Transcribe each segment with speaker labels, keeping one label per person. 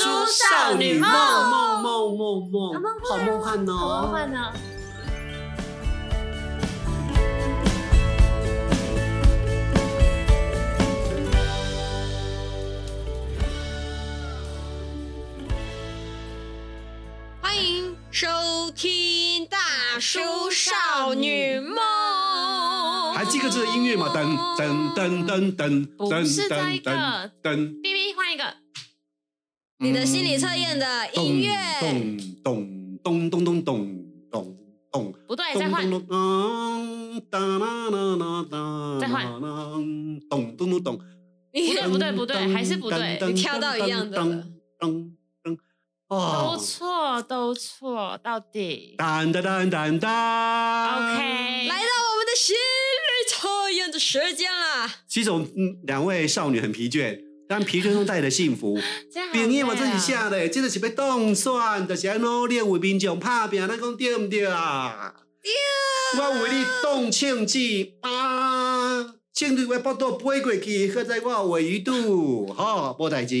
Speaker 1: 少女梦
Speaker 2: 梦梦梦
Speaker 1: 好
Speaker 2: 梦
Speaker 1: 梦，
Speaker 2: 好梦幻
Speaker 1: 好梦
Speaker 2: 哦！
Speaker 1: 幻呢？
Speaker 3: 欢迎收听《大叔少女梦》。
Speaker 1: 还哦
Speaker 4: 还记得这个音乐吗？噔噔噔噔噔
Speaker 1: 不是这一
Speaker 4: 噔噔
Speaker 1: 个
Speaker 4: 噔噔，
Speaker 1: B B 换一个，
Speaker 3: 你的心理测验的音乐，
Speaker 4: 咚咚咚咚咚咚咚咚。
Speaker 1: 不对，再换。
Speaker 4: 咚咚咚咚当
Speaker 1: 再换
Speaker 4: 咚咚咚咚，
Speaker 1: 不对不对不对，还是不对，
Speaker 3: 你跳到一样的了
Speaker 4: 噔噔
Speaker 1: 都
Speaker 4: 哦，
Speaker 1: 错都错，到底。
Speaker 4: 噔噔噔噔噔。
Speaker 1: OK，
Speaker 3: 来到我们的心理测验的时间啦！
Speaker 4: 其实我们嗯两位少女很疲倦，但疲倦中带来的幸福。
Speaker 1: 真好
Speaker 4: 朋
Speaker 1: 累
Speaker 4: 友我自己
Speaker 1: 啊
Speaker 4: 写的，真的是要当选，就是安努力为民众打拼，咱讲对不对啊？对。我为你当庆子啊，庆祝我腹肚飞过去，刻在我尾鱼肚，吼、无代志。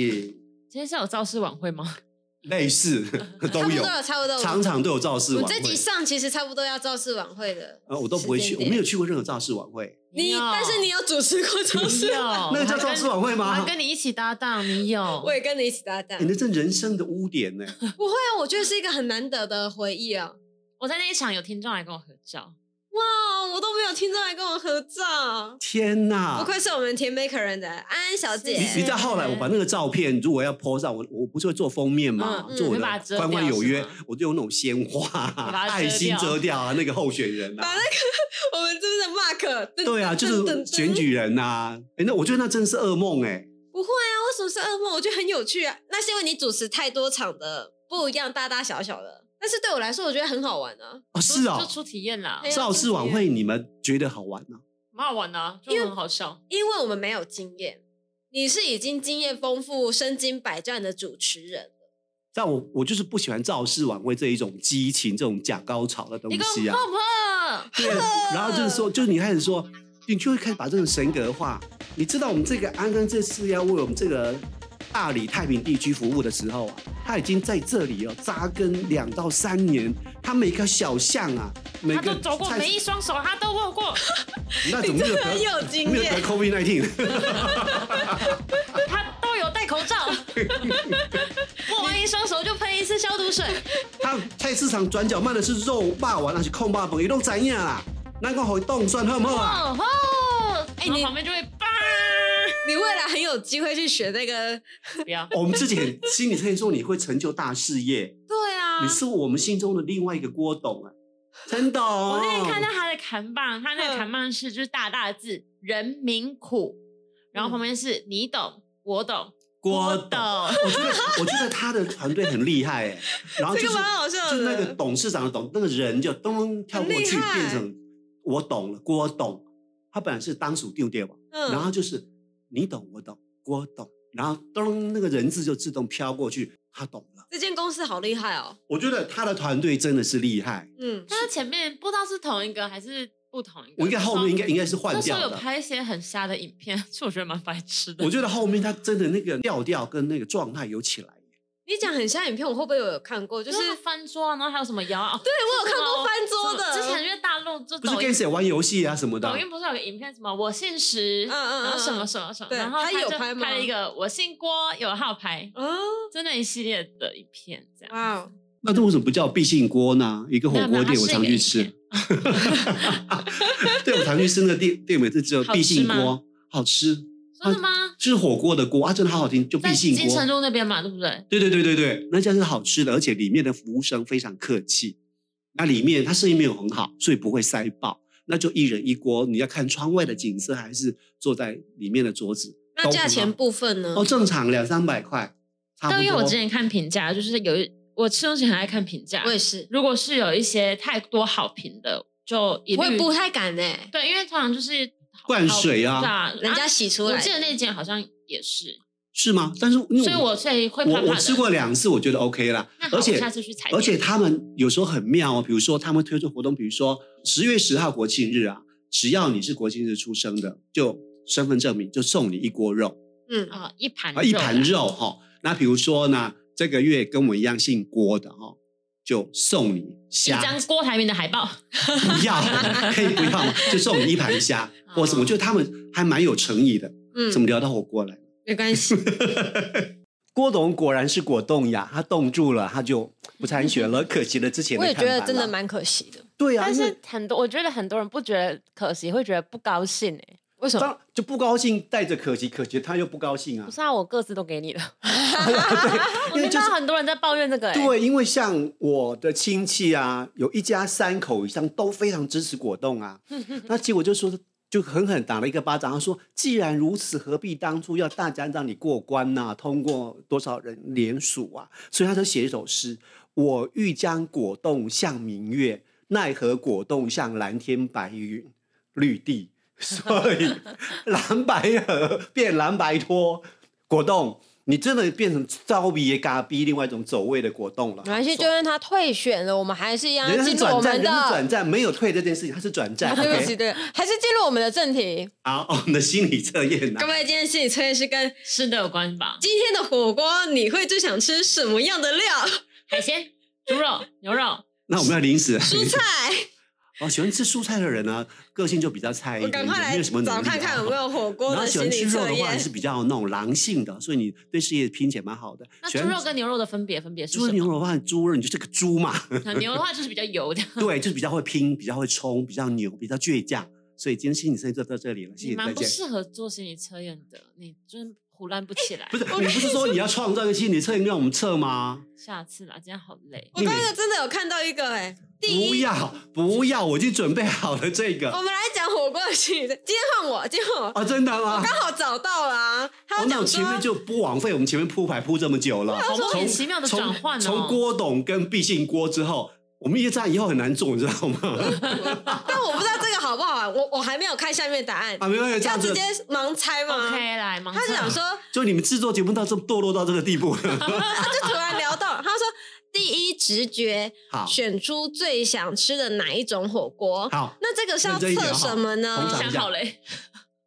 Speaker 1: 今天是有造势晚会吗？
Speaker 4: 类似
Speaker 3: 差
Speaker 4: 都
Speaker 3: 不
Speaker 4: 有
Speaker 3: 多，了，差不多了。
Speaker 4: 常常都有造势
Speaker 3: 我
Speaker 4: 晚
Speaker 3: 这集
Speaker 4: 会。
Speaker 3: 上其实差不多要造势晚会的。
Speaker 4: 呃，我都不会去，
Speaker 3: 时
Speaker 4: 我
Speaker 3: 间点
Speaker 4: 没有去过任何造势晚会。
Speaker 3: 你，
Speaker 1: 有
Speaker 3: 但是你有主持过造
Speaker 1: 你
Speaker 3: 势
Speaker 1: 有
Speaker 3: 晚会，，
Speaker 4: 那个叫
Speaker 1: 我还
Speaker 4: 造
Speaker 1: 跟
Speaker 4: 势晚会
Speaker 1: 我还
Speaker 4: 吗？
Speaker 1: 跟你一起搭档，你有
Speaker 3: 我。也跟你一起搭档
Speaker 4: 你。那真人生的污点呢、
Speaker 3: 不会啊，我觉得是一个很难得的回忆啊！
Speaker 1: 我在那一场有听众来跟我合照，
Speaker 3: 哇，我都没有听众来跟我合
Speaker 4: 啊
Speaker 3: 照，
Speaker 4: 天哪！
Speaker 3: 不愧是我们甜美可人的安安小姐。
Speaker 4: 你你知道后
Speaker 1: 嗯
Speaker 4: 来我把那个照片如果要 po 上，我我不是会做封面嘛，
Speaker 3: 嗯嗯
Speaker 4: 做我
Speaker 1: 你把它
Speaker 4: 的
Speaker 1: 遮掉
Speaker 4: 关关有
Speaker 1: 是
Speaker 4: 约
Speaker 1: 吗，
Speaker 4: 我就用那种鲜花、
Speaker 1: 你把它遮掉
Speaker 4: 爱心遮掉啊，那个候选人
Speaker 3: 把
Speaker 4: 啊
Speaker 3: 那， 我们真的 Mark，对
Speaker 4: 对啊，就是选举人呐、啊。哎、那我觉得那真的是噩梦哎、
Speaker 3: 不会啊，为什么是噩梦？我觉得很有趣啊。那是因为你主持太多场的不一样，大大小小的。但是对我来说，我觉得很好玩啊。
Speaker 4: 哦，是
Speaker 1: 就
Speaker 4: 哦，
Speaker 1: 出体验啦
Speaker 3: 哎，呀
Speaker 4: 造势晚会你们觉得好玩吗、
Speaker 1: 蛮好玩的啊，就很好笑。
Speaker 3: 因为我们没有经验，你是已经经验丰富、身经百战的主持人。
Speaker 4: 但我我就是不喜欢造势晚会这一种激情、这种假高潮的东
Speaker 1: 你跟
Speaker 4: 西
Speaker 1: 我
Speaker 4: 啊。
Speaker 1: 泡泡，
Speaker 4: 对，然后就是说，就是你开始说，你就会开始把这种神格化。你知道我们这个安安这次要为我们这个大理太平地区服务的时候啊，他已经在这里哦扎根两到三年，他每个小巷啊，每
Speaker 1: 他
Speaker 4: 个
Speaker 1: 都走过，
Speaker 4: 菜
Speaker 1: 每一双手他都握过，
Speaker 4: 那怎么没有
Speaker 3: 很
Speaker 4: 得
Speaker 3: 有经
Speaker 4: 没有得
Speaker 3: 验，
Speaker 4: COVID 19？
Speaker 1: 他都有戴口 罩。握完一双手就喷一次消毒水，
Speaker 4: 他菜市场转角卖的是肉霸王，那是空霸本，伊都知影啦。那个回动算好不好啊？
Speaker 1: 哦吼！哎，
Speaker 3: 你
Speaker 1: 你旁边就会叭，
Speaker 3: 你未来很有机会去学那个。
Speaker 1: 不要。
Speaker 4: 我们自己很心里测验说你会成就大事业，
Speaker 3: 对啊
Speaker 4: 你，是我们心中的另外一个郭董啊，哦陈董。
Speaker 1: 我
Speaker 4: 我
Speaker 1: 那天看到他的扛棒，他那个扛棒是就是大大的字“人民苦”，然后旁边是你懂我懂
Speaker 4: 郭
Speaker 1: 懂
Speaker 4: 董，，我觉得我觉得他的团队很厉害哎，然后就
Speaker 3: 这
Speaker 4: 是
Speaker 3: 个蛮好笑
Speaker 4: 就是
Speaker 3: 的。
Speaker 4: 那个董事长的董，那个人就咚咚跳过去
Speaker 3: 很厉害
Speaker 4: 变成我懂了郭董，他本来是当属丢掉嘛，
Speaker 3: 嗯
Speaker 4: 然后就是你懂我懂郭董，然后咚那个人字就自动飘过去，他懂了。
Speaker 3: 这间公司好厉害哦。
Speaker 4: 我觉得他的团队真的是厉害，
Speaker 3: 嗯，
Speaker 1: 但是前面不知道是同一个还是不同一个。
Speaker 4: 我应该后面应该应该是换
Speaker 1: 那时
Speaker 4: 掉
Speaker 1: 候有
Speaker 4: 的。
Speaker 1: 拍一些很瞎的影片， 是我觉得蛮白痴的。
Speaker 4: 我觉得后面他真的那个调调跟那个状态有起来。
Speaker 3: 你讲很像影片，我会不会有看过？就
Speaker 1: 就是是翻桌啊，然后还有什么摇啊？对
Speaker 3: 我有看过翻桌的
Speaker 1: 之前因为大陆就
Speaker 4: 不是
Speaker 1: 抖
Speaker 4: 跟
Speaker 1: 音，
Speaker 4: 谁玩游戏啊什么的
Speaker 1: 抖。音不是有个影片什么我姓石，
Speaker 3: 嗯嗯嗯
Speaker 1: 然后什么什么什么，
Speaker 3: 对
Speaker 1: 然后
Speaker 3: 他有
Speaker 1: 就拍
Speaker 3: 拍吗
Speaker 1: 了一个我姓郭，有号牌，
Speaker 3: 啊，
Speaker 1: 就那一系列的影片这样。
Speaker 3: 哇哦，
Speaker 4: 那这为什么不叫必信锅呢？一个火锅店我常去吃，对我常去吃那个 店店名是只有必信
Speaker 1: 好吃
Speaker 4: 锅，好吃，
Speaker 1: 真的吗？
Speaker 4: 就是火锅的锅啊，真的好好听，就
Speaker 1: 在
Speaker 4: 啊必信
Speaker 1: 金城
Speaker 4: 锅。
Speaker 1: 路那边嘛，对不对？
Speaker 4: 对对对对对，那家是好吃的，而且里面的服务生非常客气。那里面他生意没有很好，所以不会塞爆。那就一人一锅，你要看窗外的景色，还是坐在里面的桌子？
Speaker 3: 那价钱部分
Speaker 1: 嗯
Speaker 3: 呢？
Speaker 4: 哦，正常两三百块，差不
Speaker 1: 但
Speaker 4: 多。
Speaker 1: 因为我之前看评价，就是有一我吃东西很爱看评价
Speaker 3: 我，也是，
Speaker 1: 如果是有一些太多好评的，就一律
Speaker 3: 我也不太敢呢、欸
Speaker 1: 对，因为通常就是
Speaker 4: 灌水
Speaker 1: 好对
Speaker 4: 啊，
Speaker 1: 啊，
Speaker 3: 人家
Speaker 1: 啊
Speaker 3: 洗出
Speaker 1: 我
Speaker 3: 来
Speaker 1: 记得那间好像也是，
Speaker 4: 是吗？但是因为
Speaker 1: 所以我所以会怕怕
Speaker 4: 我
Speaker 1: 的。
Speaker 4: 我吃过两次，我觉得 OK 啦
Speaker 1: 那。好，
Speaker 4: 而且
Speaker 1: 我下次去踩点。
Speaker 4: 而且他们有时候很妙哦，比如说他们推出活动，比如说十月十号国庆日啊，只要你是国庆日出生的，就身份证明就送你一锅肉
Speaker 3: 嗯，
Speaker 1: 啊，一盘
Speaker 4: 啊，一
Speaker 1: 肉
Speaker 4: 盘
Speaker 1: 啦，
Speaker 4: 肉哈、那比如说呢，这个月跟我一样姓郭的哈、哦，就送你
Speaker 1: 一
Speaker 4: 虾，
Speaker 1: 张郭台铭的海报，
Speaker 4: 不要可以不要吗？就送你一 盘虾
Speaker 1: 哦
Speaker 4: 或什么，就他们还蛮有诚意的。怎
Speaker 3: 嗯，
Speaker 4: 么聊到火锅来？
Speaker 3: 没关系，
Speaker 4: 郭董果然是果冻呀，他冻住了，他就不参选了，可惜了之前
Speaker 3: 我也觉得真的
Speaker 4: 蛮
Speaker 3: 蛮可惜的。
Speaker 4: 对啊，
Speaker 2: 但
Speaker 4: 因为
Speaker 2: 是很多，我觉得很多人不觉得可惜，会觉得不高兴哎、
Speaker 3: 为什么？
Speaker 4: 当就不高兴，带着可惜，可惜他又不高兴啊
Speaker 2: 不，是啊，我各自都给你了。 我
Speaker 4: 因为
Speaker 2: 听
Speaker 4: 就是
Speaker 2: 到很多人在抱怨这个、欸，
Speaker 4: 对，因为像我的亲戚啊，有一家三口以上都非常支持果冻 啊，那结果就说就狠狠打了一个巴掌，他说既然如此，何必当初要大家让你过关呐、通过多少人联署啊？所以他就写一首诗：我欲将果冻向明月，奈何果冻像蓝天白云绿地， 所 以蓝白河变蓝白拖，果冻。你真的变成招鼻也嘎逼另外一种走位的果冻了。
Speaker 3: 没关系，就算他退选了，我们还是一样
Speaker 4: 人家是
Speaker 3: 进入我
Speaker 4: 转战，
Speaker 3: 们
Speaker 4: 人家是转
Speaker 3: 的。
Speaker 4: 战，没有退这件事情，他是转战。
Speaker 3: 对不起，
Speaker 4: OK，
Speaker 3: 对，还是进入我们的正题。
Speaker 4: 好，我们的心理测验啊呢
Speaker 3: 各？位，今天心理测验是跟
Speaker 1: 吃的有关吧？
Speaker 3: 今天的火锅，你会最想吃什么样的料？
Speaker 1: 海鲜、猪肉、牛肉，
Speaker 4: 那我们要零食。
Speaker 3: 蔬菜，
Speaker 4: 哦，喜欢吃蔬菜的人呢，个性就比较菜一
Speaker 3: 我
Speaker 4: 点，
Speaker 3: 赶快
Speaker 4: 没
Speaker 3: 来
Speaker 4: 哎有什么能
Speaker 3: 找
Speaker 4: 力
Speaker 3: 看看
Speaker 4: 啊
Speaker 3: 有没。有火锅
Speaker 4: 然后
Speaker 3: 的
Speaker 4: 喜
Speaker 3: 心
Speaker 4: 欢吃
Speaker 3: 理
Speaker 4: 肉
Speaker 3: 测
Speaker 4: 的话，
Speaker 3: 验
Speaker 4: 你。是比较那种狼性的，所以你对事业拼起来蛮好的。
Speaker 1: 那
Speaker 4: 喜
Speaker 1: 猪
Speaker 4: 欢
Speaker 1: 肉跟牛肉的分别分别是
Speaker 4: 猪
Speaker 1: 什么？
Speaker 4: 肉牛肉的话，猪肉你就是个猪嘛，
Speaker 1: 啊牛的话就是比较油 的，
Speaker 4: 对，就是比较会拼，比较会冲，比较牛，比较倔强。所以今天心理测验就到这里了，谢
Speaker 1: 你
Speaker 4: 谢，再
Speaker 1: 蛮不
Speaker 4: 见。
Speaker 1: 适合做心理测验的，你真胡乱不起来。
Speaker 4: 不是，你不是说你要创造一个心理测验让我们测吗？
Speaker 1: 下次啦，今天好累。
Speaker 4: 嗯
Speaker 3: 我刚刚真的有看到一个哎、第
Speaker 4: 不
Speaker 3: 一，哦
Speaker 4: 要不要，我已经准备好了这
Speaker 3: 我
Speaker 4: 个
Speaker 3: 们来讲火锅的心理测。今天换我，今天换我，
Speaker 4: 啊，真的吗？
Speaker 3: 刚好找到了、啊。他
Speaker 4: 哦，
Speaker 3: 讲
Speaker 4: 那
Speaker 3: 说，
Speaker 4: 我前面就不枉费我们前面铺排铺这么久了，
Speaker 1: 好莫名其妙的
Speaker 4: 从
Speaker 1: 转换哦
Speaker 4: 从郭董跟毕姓郭之后，我们一战以后很难做，你知道吗？
Speaker 3: 但我不知道这个好不好玩，我我还没有看下面答案，
Speaker 4: 啊，没关系，这
Speaker 3: 要
Speaker 4: 样
Speaker 3: 直
Speaker 4: 子
Speaker 3: 接盲猜吗
Speaker 1: OK，来，盲
Speaker 3: 他是想
Speaker 1: 测
Speaker 3: 说，
Speaker 4: 就你们制作节目到这堕落到这个地步了。
Speaker 3: 他就突然聊到， 他说第一直觉
Speaker 4: 好，
Speaker 3: 选出最想吃的哪一种火锅。
Speaker 4: 好，
Speaker 3: 那这个是要
Speaker 4: 认真一点
Speaker 3: 测
Speaker 4: 哈
Speaker 3: 什么
Speaker 4: 通常
Speaker 3: 呢？
Speaker 1: 想好嘞，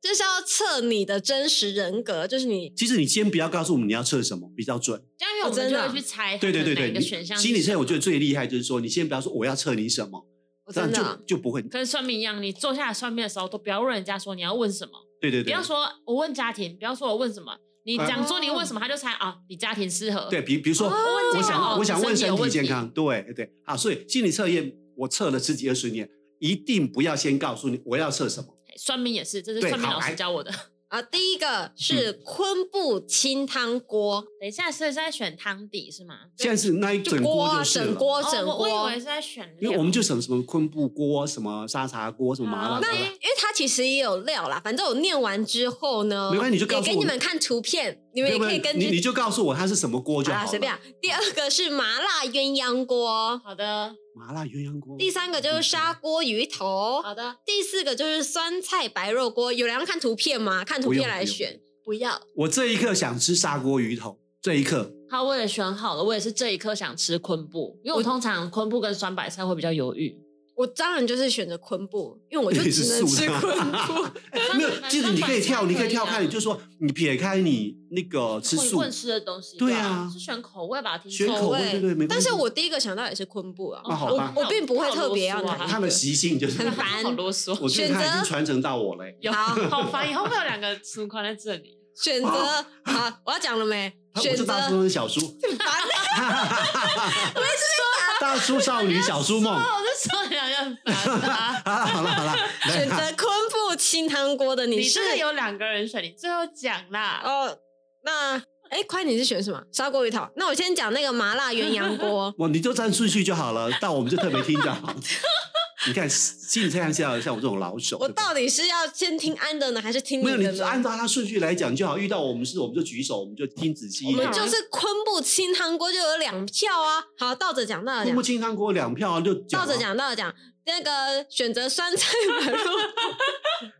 Speaker 3: 就是要测你的真实人格，就是你
Speaker 4: 其实你先不要告诉我们你要测什么比较准。
Speaker 1: 这样因为我
Speaker 3: 哦真
Speaker 1: 们
Speaker 3: 的
Speaker 1: 就
Speaker 3: 啊
Speaker 1: 会去猜
Speaker 4: 对对对
Speaker 1: 哪
Speaker 4: 对，
Speaker 1: 一个
Speaker 4: 你
Speaker 1: 选项是
Speaker 4: 心理测
Speaker 1: 什
Speaker 4: 验
Speaker 1: 么
Speaker 4: 我觉得最厉害就是说，你先不要说我要测你什么，
Speaker 3: 我
Speaker 4: 这
Speaker 3: 哦真
Speaker 4: 样
Speaker 3: 的啊
Speaker 4: 就就不会。
Speaker 1: 跟算命一样，你坐下来算命的时候，都不要问人家说你要问什么，
Speaker 4: 对对
Speaker 1: 不
Speaker 4: 对
Speaker 1: 要，说我问家庭，不要说我问什么，你
Speaker 4: 哎
Speaker 1: 讲说你问什么，他就猜啊，你家庭适合。
Speaker 4: 对，，比比如说
Speaker 3: 哦
Speaker 4: 我
Speaker 1: 哦
Speaker 4: 想我想问
Speaker 1: 身体有
Speaker 4: 身体
Speaker 1: 问
Speaker 4: 健
Speaker 1: 题
Speaker 4: 康，对对啊，所以心理测验我测了十几二十年，一定不要先告诉你我要测什么。
Speaker 1: 算命也是，这是
Speaker 4: 对
Speaker 1: 算命
Speaker 4: 好
Speaker 1: 老师
Speaker 4: 来
Speaker 1: 教我 的。
Speaker 3: 啊，第一个是
Speaker 4: 嗯
Speaker 3: 昆布清汤锅，
Speaker 1: 等一下，所以是在选汤底是吗？
Speaker 4: 现在是啊那一
Speaker 3: 就
Speaker 4: 整
Speaker 3: 锅
Speaker 4: 锅
Speaker 3: 啊，
Speaker 4: 就是
Speaker 3: 整
Speaker 4: 了，
Speaker 3: 锅
Speaker 1: 哦
Speaker 3: 整
Speaker 1: 我
Speaker 3: 锅。
Speaker 1: 我以为是在选
Speaker 4: 啊因
Speaker 1: 料，
Speaker 4: 为我们就什么什么昆布锅、什么沙茶锅、什么麻辣
Speaker 1: 好那
Speaker 4: 锅啊，
Speaker 1: 哎
Speaker 3: 因为它其哦实也有料啦，反正我念完之后呢，
Speaker 4: 没关系你就告诉
Speaker 3: 也
Speaker 4: 我
Speaker 3: 给你们看图片，你们也
Speaker 4: 不
Speaker 3: 可以根
Speaker 4: 你你
Speaker 3: 据
Speaker 4: 就告诉我它是什么锅就
Speaker 3: 啊
Speaker 4: 好
Speaker 3: 随便
Speaker 4: 了。
Speaker 3: 啊。第二个是麻辣鸳鸯锅，
Speaker 1: 好的，
Speaker 4: 麻辣鸳鸯锅，
Speaker 3: 第三个就是砂锅鱼头，
Speaker 1: 好的，
Speaker 3: 第四个就是酸菜白肉锅。有人要看图片吗？看图
Speaker 4: 不
Speaker 3: 片
Speaker 4: 用
Speaker 3: 来
Speaker 4: 不用
Speaker 3: 选，不要。
Speaker 4: 我这一刻想吃砂锅鱼头，这一刻
Speaker 1: 好，我也选好了，我也是这一刻想吃昆布，因为我通常昆布跟酸白菜会比较犹豫。
Speaker 3: 我当然就是选择昆布，因为我就
Speaker 4: 也
Speaker 3: 只
Speaker 4: 是
Speaker 3: 能
Speaker 4: 素
Speaker 3: 吃
Speaker 4: 的。
Speaker 3: 昆布。
Speaker 4: 哎没有，其实你可以跳，你可以跳
Speaker 1: 可以啊
Speaker 4: 开，你就说你撇开你那个吃
Speaker 1: 混
Speaker 4: 素
Speaker 1: 混吃的东西，
Speaker 4: 对啊
Speaker 1: 是选口味吧？听
Speaker 4: 选
Speaker 1: 说
Speaker 4: 口味，对 对，没关
Speaker 3: 但
Speaker 4: 系。
Speaker 3: 是我第一个想到也是昆布啊，
Speaker 4: 那好吧
Speaker 3: 我我并不会特别要哪一
Speaker 1: 好啊
Speaker 3: 个
Speaker 4: 他的习性就是
Speaker 3: 很烦
Speaker 1: 好啰嗦，
Speaker 4: 我觉得他已经传承到我了、欸。
Speaker 1: 有
Speaker 3: 好
Speaker 1: 好 烦，以后会有两个存款在这里。
Speaker 3: 选择啊，我要讲了没？
Speaker 4: 他 我
Speaker 3: 选
Speaker 4: 是
Speaker 3: 择
Speaker 4: 大叔跟小叔，
Speaker 3: 烦
Speaker 4: 大叔少女小叔 梦。。
Speaker 1: 哦，我就说你两个很烦啊
Speaker 4: 好了好了好了，
Speaker 3: 选
Speaker 4: 来。
Speaker 3: 择昆布清汤锅的
Speaker 1: 你
Speaker 3: 你是
Speaker 1: 这个有两个人选，你最后讲啦。
Speaker 3: 哦，那哎，诶宽你是选什么？砂锅鱼头。那我先讲那个麻辣鸳鸯锅
Speaker 4: 我你就站顺序就好了，但我们就特别听就好。 你看，心理测验是要像我这种老手，
Speaker 3: 我
Speaker 4: 对不对
Speaker 3: 到底是要先听安的呢，还是听
Speaker 4: 没有
Speaker 3: 的
Speaker 4: 你按
Speaker 3: 呢？
Speaker 4: 照他顺序来讲就好。遇到我们是，我们就举手，我们就听仔细一
Speaker 3: 我
Speaker 4: 点
Speaker 3: 们。就是昆布清汤锅就有两票啊。好，倒着讲，倒着
Speaker 4: 木木
Speaker 3: 讲，
Speaker 4: 清汤锅两票就讲
Speaker 3: 倒
Speaker 4: 啊
Speaker 3: 着，讲，倒着讲。那个选择酸菜白肉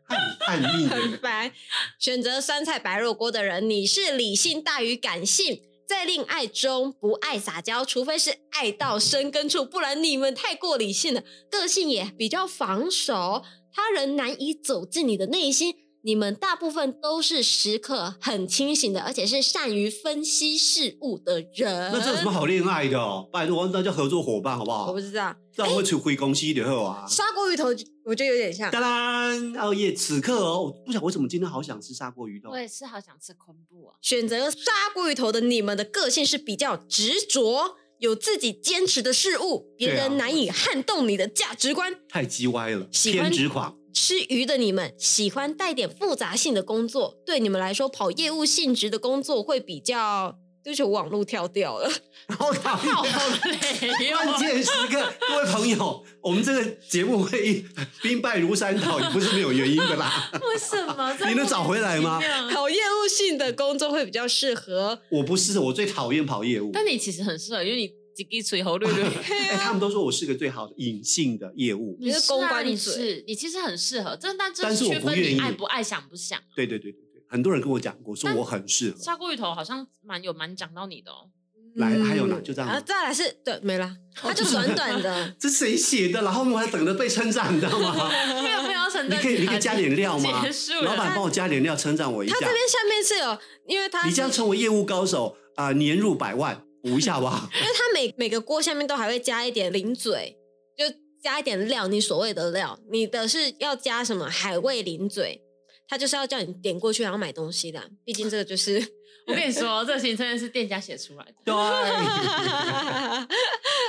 Speaker 4: 很叛逆
Speaker 3: 很
Speaker 4: 的。
Speaker 3: 白，选择酸菜白肉锅的人，你是理性大于感性。在恋爱中不爱撒娇，除非是爱到深根处，不然你们太过理性了，个性也比较防守，他人难以走进你的内心。你们大部分都是时刻很清醒的，而且是善于分析事物的人。
Speaker 4: 那这有什么好恋爱的、哦？拜托，那叫合作伙伴，好不
Speaker 3: 我
Speaker 4: 好
Speaker 3: 不？知道，
Speaker 4: 这样会出回公司的后啊。
Speaker 3: 砂锅鱼头我觉得有点像。
Speaker 4: 当然，哦耶！此刻哦，我不晓得为什么今天好想吃砂锅鱼头
Speaker 1: 我。也是好想吃昆布啊。
Speaker 3: 选择砂锅鱼头的你们的个性是比较执着，有自己坚持的事物，别
Speaker 4: 对啊
Speaker 3: 人难以撼动你的价值观。
Speaker 4: 太叽歪了，
Speaker 3: 喜欢
Speaker 4: 偏执狂。
Speaker 3: 吃鱼的你们喜欢带点复杂性的工作，对你们来说，跑业务性质的工作会比较。对不起，我网路跳掉了。
Speaker 4: 好讨
Speaker 1: 哦好
Speaker 4: 厌！
Speaker 1: 累
Speaker 4: 关
Speaker 1: 哦！
Speaker 4: 键时刻，各位朋友，我们这个节目会兵败如山倒，也不是没有原因的 啦。
Speaker 1: 为什么？
Speaker 4: 你能找回来吗
Speaker 1: 这么莫名其妙
Speaker 3: 跑业务性的工作会比较适合。
Speaker 4: 我不是，我最讨厌跑业务。
Speaker 1: 但你其实很适合，因为你几滴水喉绿绿。
Speaker 4: 哎、他们都说我是个最好的隐性的业务。
Speaker 1: 你
Speaker 3: 是公关
Speaker 1: 你
Speaker 3: 嘴
Speaker 1: 是你其实很适合，这但这
Speaker 4: 但是我
Speaker 1: 区
Speaker 4: 不
Speaker 1: 分
Speaker 4: 愿
Speaker 1: 你
Speaker 4: 意
Speaker 1: 爱不爱想不 想。
Speaker 4: 对对对对对，很多人跟我讲过，说我很适合。
Speaker 1: 砂锅鱼头好像蛮有蛮讲到你的哦，
Speaker 4: 来还有呢
Speaker 3: 嗯
Speaker 4: 就这样哦
Speaker 3: 啊，再来是对，没了，它就短
Speaker 4: 。
Speaker 3: 短的
Speaker 4: 这谁写的？然后我还等着被称赞，你知道吗？
Speaker 1: 没有没有承
Speaker 4: 你
Speaker 1: 认。
Speaker 4: 可以你可以加 点料吗
Speaker 1: 结束？了
Speaker 4: 老板帮我加点料，称赞我一下
Speaker 3: 它。这边下面是有，因为它
Speaker 4: 你这样
Speaker 3: 因
Speaker 4: 成为业务高手啊、年入百万，补一下 吧。
Speaker 3: 为它每每个锅下面都还会加一点零嘴，就加一点料，你所谓的料，你的是要加什么海味零嘴，它就是要叫你点过去然后买东西的，毕竟这个就是。
Speaker 1: 我跟你说，哦这行真的是店家写出来的。
Speaker 4: 对，啊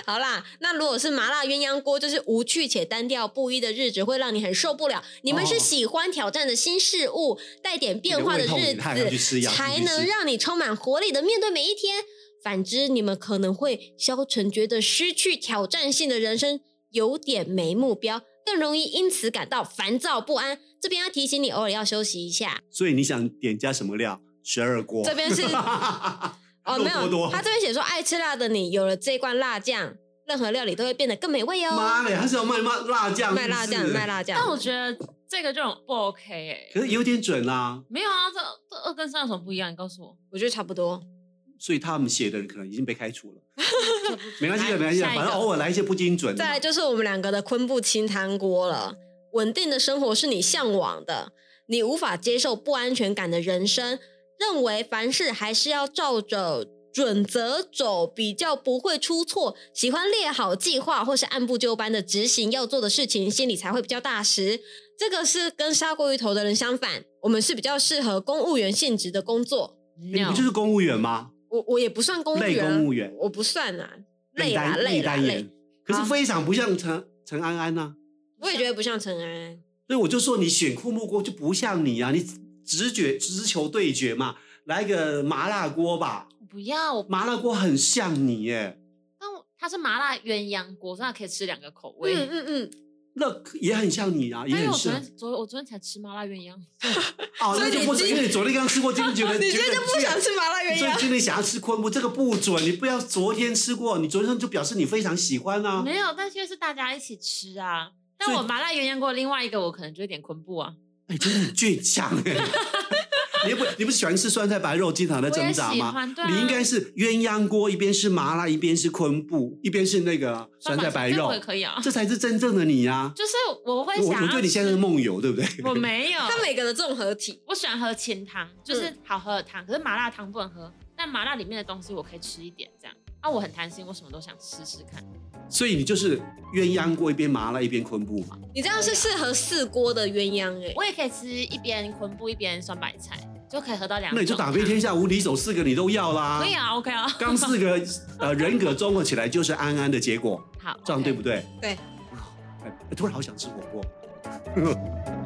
Speaker 3: 好啦，那如果是麻辣鸳鸯锅，就是无趣且单调不一的日子，会让你很受不了。你们是喜欢挑战的新事物，带点变化的
Speaker 4: 哦你的胃
Speaker 3: 日
Speaker 4: 痛你还要去吃
Speaker 3: 子，
Speaker 4: 药
Speaker 3: 才
Speaker 4: 你去吃
Speaker 3: 能让你充满活力的面对每一天。反之，你们可能会消沉，觉得失去挑战性的人生有点没目标，更容易因此感到烦躁不安。这边要提醒你，偶尔要休息一下。
Speaker 4: 所以你想点加什么料？十二锅。
Speaker 3: 这边是哦，没
Speaker 4: 肉多
Speaker 3: 有，
Speaker 4: 多
Speaker 3: 他这边写说，爱吃辣的你有了这罐辣酱，任何料理都会变得更美味哦。
Speaker 4: 妈嘞，还是要卖卖辣酱，
Speaker 3: 卖辣酱，
Speaker 4: 是不是
Speaker 3: 卖。辣酱。
Speaker 1: 但我觉得这个就很不 OK 哎、
Speaker 4: 可是有点准啦、
Speaker 1: 没有啊，这这二跟三有什么不一样？你告诉我。
Speaker 3: 我觉得差不多。
Speaker 4: 所以他们写的人可能已经被开除了。 没关系
Speaker 1: 来
Speaker 4: 的，没关系的，
Speaker 1: 下一
Speaker 4: 反
Speaker 1: 个
Speaker 4: 正偶尔来一些不精准的
Speaker 3: 再
Speaker 4: 嘛。
Speaker 3: 来就是我们两个的昆布清汤锅了。稳定的生活是你向往的，你无法接受不安全感的人生，认为凡事还是要照着准则走，比较不会出错。喜欢列好计划或是按部就班的执行要做的事情，心里才会比较踏实。这个是跟砂锅鱼头的人相反，我们是比较适合公务员性质的工作。
Speaker 4: 你不
Speaker 1: No，
Speaker 4: 就是公务员吗？
Speaker 3: 我我也不算公务
Speaker 4: 类
Speaker 3: 员，
Speaker 4: 公务员
Speaker 3: 我不算啊，累啦
Speaker 4: 单
Speaker 3: 累
Speaker 4: 类
Speaker 3: 啦
Speaker 4: 单
Speaker 3: 累啊
Speaker 4: 元，，可是非常不像陈陈安安呐、
Speaker 3: 我也觉得不像陈安。
Speaker 4: 所以我就说你选库木锅就不像你啊，你直觉直球对决嘛，来个麻辣锅吧，
Speaker 1: 不要我，
Speaker 4: 麻辣锅很像你耶，
Speaker 1: 但我它是麻辣鸳鸯锅，所以它可以吃两个口味。
Speaker 3: 嗯嗯嗯，
Speaker 4: 那也很像你啊，也
Speaker 1: 但是我
Speaker 4: 很
Speaker 1: 昨
Speaker 4: 适合
Speaker 1: 天昨我昨天才吃麻辣鸳鸯，
Speaker 4: 哦，
Speaker 3: 所以
Speaker 4: 那就
Speaker 3: 你
Speaker 4: 不
Speaker 3: 今
Speaker 4: 准，因为你昨天刚吃过，今天觉得
Speaker 3: 你
Speaker 4: 觉
Speaker 3: 今天
Speaker 4: 得
Speaker 3: 就不想吃麻辣鸳
Speaker 4: 所以
Speaker 3: 鸯？
Speaker 4: 今天想要吃昆布，这个不准，你不要昨天吃过，你昨天就表示你非常喜欢啊。
Speaker 1: 没有，但是就是大家一起吃啊。但
Speaker 4: 所以
Speaker 1: 我麻辣鸳鸯锅另外一个我可能就会点昆布啊，
Speaker 4: 哎、真的很倔强哎、 你不你不是喜欢吃酸菜白肉，经常在
Speaker 1: 我
Speaker 4: 挣
Speaker 1: 也
Speaker 4: 扎
Speaker 1: 喜
Speaker 4: 吗？
Speaker 1: 欢。对啊，
Speaker 4: 你应该是鸳鸯锅，一边是麻辣，一边是昆布，一边是那个酸菜白
Speaker 1: 这
Speaker 4: 肉
Speaker 1: 我，也可以啊。
Speaker 4: 这才是真正的你呀、啊。
Speaker 1: 就是我会
Speaker 4: 我
Speaker 1: 想要
Speaker 4: 我对你现在是梦游，对不对？
Speaker 1: 我没有，
Speaker 3: 它每个的综合体，
Speaker 1: 我喜欢喝清汤，
Speaker 4: 嗯
Speaker 1: 就是好喝的汤，可是麻辣汤不能喝，但麻辣里面的东西我可以吃一点这样。啊，我很贪心，我什么都想试试看。
Speaker 4: 所以你就是鸳鸯锅，一边麻辣，一边昆布嘛。
Speaker 3: 你这样是适合四锅的鸳鸯哎。
Speaker 1: 我也可以吃一边昆布一边酸白菜，就可以喝到两种。
Speaker 4: 那你就打遍天下无敌手，四个你都要啦
Speaker 1: 可。以啊，OK 啊，
Speaker 4: 刚四个呃人格综合起来就是安安的结果，
Speaker 1: 好，
Speaker 4: 这样对不对？
Speaker 3: 对
Speaker 4: 哎。突然好想吃火锅。